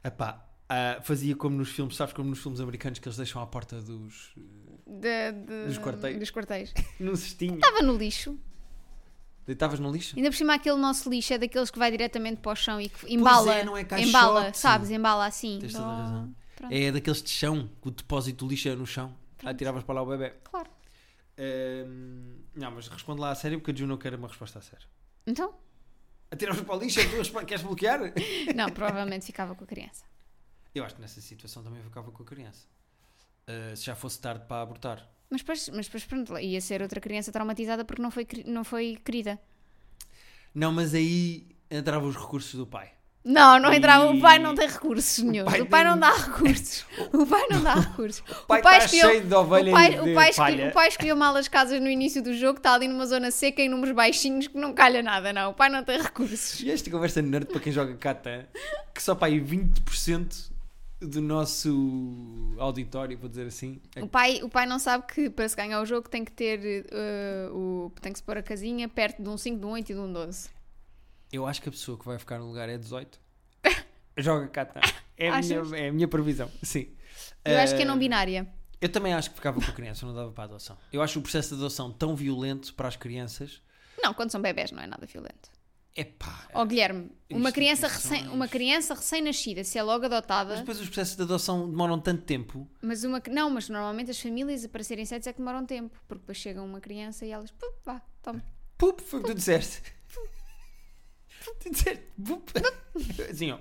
Speaker 2: Epá, ah, fazia como nos filmes, sabes como nos filmes americanos que eles deixam à porta dos...
Speaker 1: de- de-
Speaker 2: Dos quartéis.
Speaker 1: dos quartéis.
Speaker 2: num cestinho.
Speaker 1: Estava no lixo.
Speaker 2: Deitavas no lixo?
Speaker 1: Ainda por cima aquele nosso lixo é daqueles que vai diretamente para o chão e que embala.
Speaker 2: é, não é caixote.
Speaker 1: embala, sabes? Embala assim.
Speaker 2: Tens toda a
Speaker 1: Dó.
Speaker 2: razão.
Speaker 1: Pronto,
Speaker 2: É daqueles de chão, que o depósito do lixo é no chão. Ah, tiravas para lá o bebê.
Speaker 1: claro.
Speaker 2: Ehm, não, mas responde lá a sério porque a Juno quer uma resposta a sério.
Speaker 1: Então?
Speaker 2: Atiravas para o lixo, é que tu respo- queres bloquear?
Speaker 1: Não, provavelmente ficava com a criança.
Speaker 2: Eu acho que nessa situação também ficava com a criança. Ah, se já fosse tarde para abortar.
Speaker 1: Mas depois, mas depois pronto, lá ia ser outra criança traumatizada porque não foi, queri- não foi querida.
Speaker 2: Não, mas aí entravam os recursos do pai.
Speaker 1: Não, não entrava.
Speaker 2: E-
Speaker 1: O pai não tem recursos nenhum.
Speaker 2: pai
Speaker 1: O pai
Speaker 2: tem-
Speaker 1: não dá recursos. O pai não dá recursos. O
Speaker 2: pai tá cheio de ovelha
Speaker 1: o pai-
Speaker 2: e
Speaker 1: o
Speaker 2: de
Speaker 1: pai escolhe-
Speaker 2: palha.
Speaker 1: o pai escolheu mal as casas no início do jogo, está ali numa zona seca em números baixinhos que não calha nada, não. O pai não tem recursos.
Speaker 2: E esta conversa nerd para quem joga Catan, que só para aí 20% do nosso auditório, vou dizer assim, é
Speaker 1: O pai, o pai não sabe que para se ganhar o jogo tem que ter eh, o, tem que se pôr a casinha perto de um 5, de um 8 e de um 12.
Speaker 2: Eu acho que a pessoa que vai ficar no lugar é 18. Joga Catan. É, a
Speaker 1: Achas?
Speaker 2: minha- é a minha previsão, sim.
Speaker 1: Eu acho que é
Speaker 2: Eh,
Speaker 1: não binária.
Speaker 2: Eu também acho que ficava com a criança, não dava para a adoção. Eu acho o processo de adoção tão violento para as crianças.
Speaker 1: Não, quando são bebés não é nada violento.
Speaker 2: Epá.
Speaker 1: Ó Guilherme, uma
Speaker 2: Instituições.
Speaker 1: criança, recém, uma criança recém-nascida, se é logo
Speaker 2: Mas
Speaker 1: adotada,
Speaker 2: depois os processos de adoção demoram tanto tempo.
Speaker 1: mas uma que- não, mas normalmente as famílias para serem certas é que demoram tempo, porque depois chega uma criança e elas, "Pup, vá, toma.
Speaker 2: Pup, foi o que tu disseste. Tu disseste pup. Assim, ó.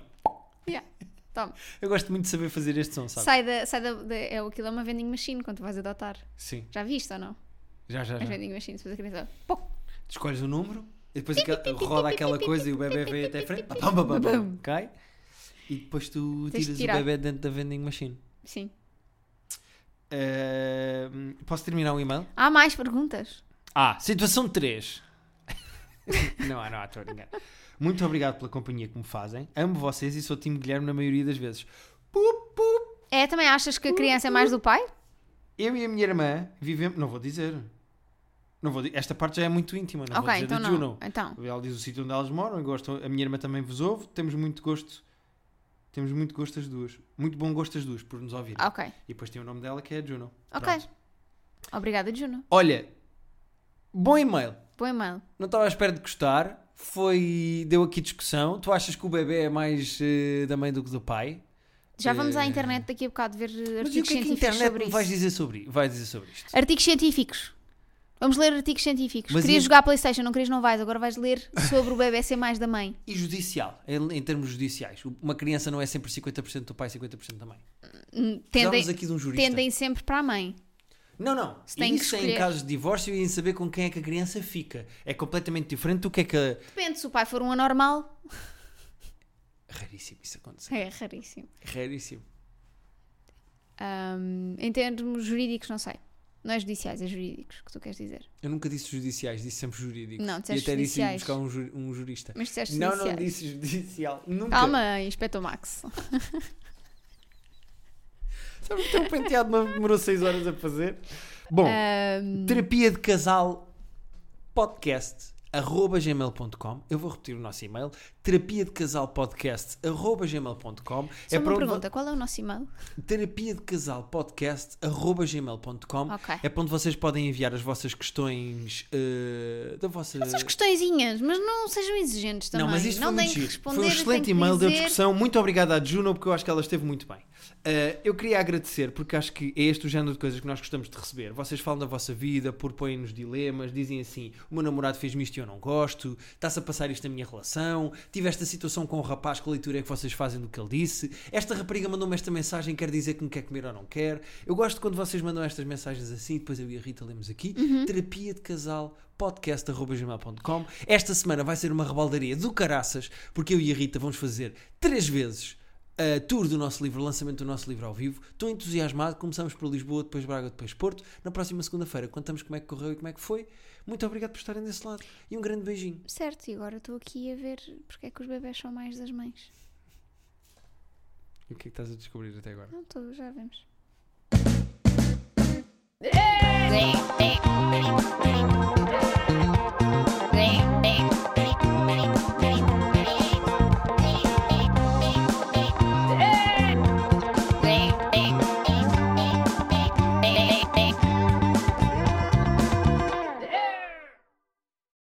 Speaker 1: Yeah, toma.
Speaker 2: Eu gosto muito de saber fazer este som, sabe?
Speaker 1: Sai da, sai da, da é aquilo é uma vending machine quando tu vais adotar.
Speaker 2: Sim.
Speaker 1: Já viste ou não?
Speaker 2: Já, já, já.
Speaker 1: As vending machines, depois a criança, "Pô,
Speaker 2: Tu escolhes o número e depois aquela- roda aquela coisa e o bebê vem até a frente, pam, pam, pam, pam, cai e depois tu
Speaker 1: Tens de
Speaker 2: tiras o
Speaker 1: tirar.
Speaker 2: bebê dentro da vending machine.
Speaker 1: sim.
Speaker 2: Eh, posso terminar o e-mail?
Speaker 1: Há mais perguntas?
Speaker 2: Ah, situação 3. não há, não há, estou a brincar. Muito obrigado pela companhia que me fazem. Amo vocês e sou o time Guilherme na maioria das vezes. Pup, pup.
Speaker 1: É, também achas que a criança é mais do pai?
Speaker 2: Eu e a minha irmã vivemos. Não vou dizer. Não vou di- Esta parte já é muito íntima, não vou
Speaker 1: ok,
Speaker 2: dizer
Speaker 1: então
Speaker 2: de
Speaker 1: não.
Speaker 2: Juno.
Speaker 1: Então,
Speaker 2: Ela diz o sítio onde elas moram, eu gosto, a minha irmã também vos ouve, temos muito gosto, temos muito gosto as duas, muito bom gosto as duas por nos ouvirem.
Speaker 1: ok.
Speaker 2: E depois tem o nome dela que é a Juno.
Speaker 1: Ah. Ok.
Speaker 2: Pronto.
Speaker 1: Obrigada, Juno.
Speaker 2: Olha, bom e-mail,
Speaker 1: Bom e-mail.
Speaker 2: não estava à espera de gostar, foi, deu aqui discussão, tu achas que o bebê é mais eh, da mãe do que do pai?
Speaker 1: Já vamos à
Speaker 2: Eh,
Speaker 1: internet daqui a bocado ver eh,
Speaker 2: Mas e o
Speaker 1: artigos
Speaker 2: que é que a
Speaker 1: científicos
Speaker 2: internet
Speaker 1: sobre
Speaker 2: me
Speaker 1: isso.
Speaker 2: vais dizer sobre, vais dizer sobre isto?
Speaker 1: Artigos científicos. Vamos ler artigos científicos.
Speaker 2: Mas
Speaker 1: querias
Speaker 2: e-
Speaker 1: jogar Playstation, não querias, não vais. Agora vais ler sobre o bebê ser mais da mãe.
Speaker 2: E judicial, em, em termos judiciais, uma criança não é sempre 50% do pai, 50% da mãe.
Speaker 1: Hum,
Speaker 2: Precisávamos
Speaker 1: Tendem,
Speaker 2: aqui de um jurista.
Speaker 1: tendem sempre para a mãe.
Speaker 2: Não, não.
Speaker 1: Se tem que
Speaker 2: Isso é em
Speaker 1: escolher.
Speaker 2: casos de divórcio e em saber com quem é que a criança fica. É completamente diferente do que é que a...
Speaker 1: Depende, se o pai for um anormal,
Speaker 2: Raríssimo isso acontecer.
Speaker 1: é raríssimo.
Speaker 2: Raríssimo.
Speaker 1: Hum, em termos jurídicos, não sei. Não é judiciais, é jurídicos que tu queres dizer.
Speaker 2: Eu nunca disse judiciais, disse sempre jurídico.
Speaker 1: Não,
Speaker 2: e
Speaker 1: disseste
Speaker 2: até disse ir
Speaker 1: judiciais.
Speaker 2: buscar um, ju- um jurista.
Speaker 1: Mas disseste
Speaker 2: não,
Speaker 1: judiciais.
Speaker 2: não disse judicial. Nunca.
Speaker 1: Calma, inspetor Max.
Speaker 2: Sabe que o teu penteado não demorou 6 horas a fazer? Bom,
Speaker 1: Ahm,
Speaker 2: terapia de casal podcast arroba gmail.com eu vou repetir o nosso e-mail terapia de casal podcast arroba gmail.com
Speaker 1: só uma pergunta, qual é o nosso e-mail?
Speaker 2: Eh, terapia de casal podcast arroba gmail.com
Speaker 1: Ok.
Speaker 2: é para onde vocês podem enviar as vossas questões eh, da vossa
Speaker 1: Essas questõezinhas, mas não sejam exigentes também.
Speaker 2: não, mas isto foi
Speaker 1: tem
Speaker 2: muito
Speaker 1: que
Speaker 2: giro.
Speaker 1: responder.
Speaker 2: Foi um
Speaker 1: tem
Speaker 2: excelente
Speaker 1: que
Speaker 2: e-mail, deu
Speaker 1: dizer.
Speaker 2: discussão. Muito obrigado à Juno, porque eu acho que ela esteve muito bem. Uh, eu queria agradecer, porque acho que é este o género de coisas que nós gostamos de receber. Vocês falam da vossa vida, propõem-nos dilemas, dizem assim: o meu namorado fez-me isto e eu não gosto, está-se a passar isto na minha relação, tive esta situação com o rapaz, que leitura é que vocês fazem do que ele disse, esta rapariga mandou-me esta mensagem, quer dizer que me quer comer ou não quer. Eu gosto quando vocês mandam estas mensagens assim, e depois eu e a Rita lemos aqui. Terapia de casal podcast.gmail.com Esta semana vai ser uma rebaldaria do caraças, porque eu e a Rita vamos fazer três vezes a tour do nosso livro, o lançamento do nosso livro ao vivo. Estou entusiasmado, começamos por Lisboa, depois Braga, depois Porto. Na próxima segunda-feira contamos como é que correu e como é que foi. Muito obrigado por estarem desse lado e um grande beijinho.
Speaker 1: Certo, e agora estou aqui a ver porque é que os bebés são mais das mães.
Speaker 2: E o que é que estás a descobrir até agora?
Speaker 1: Não estou, já vemos.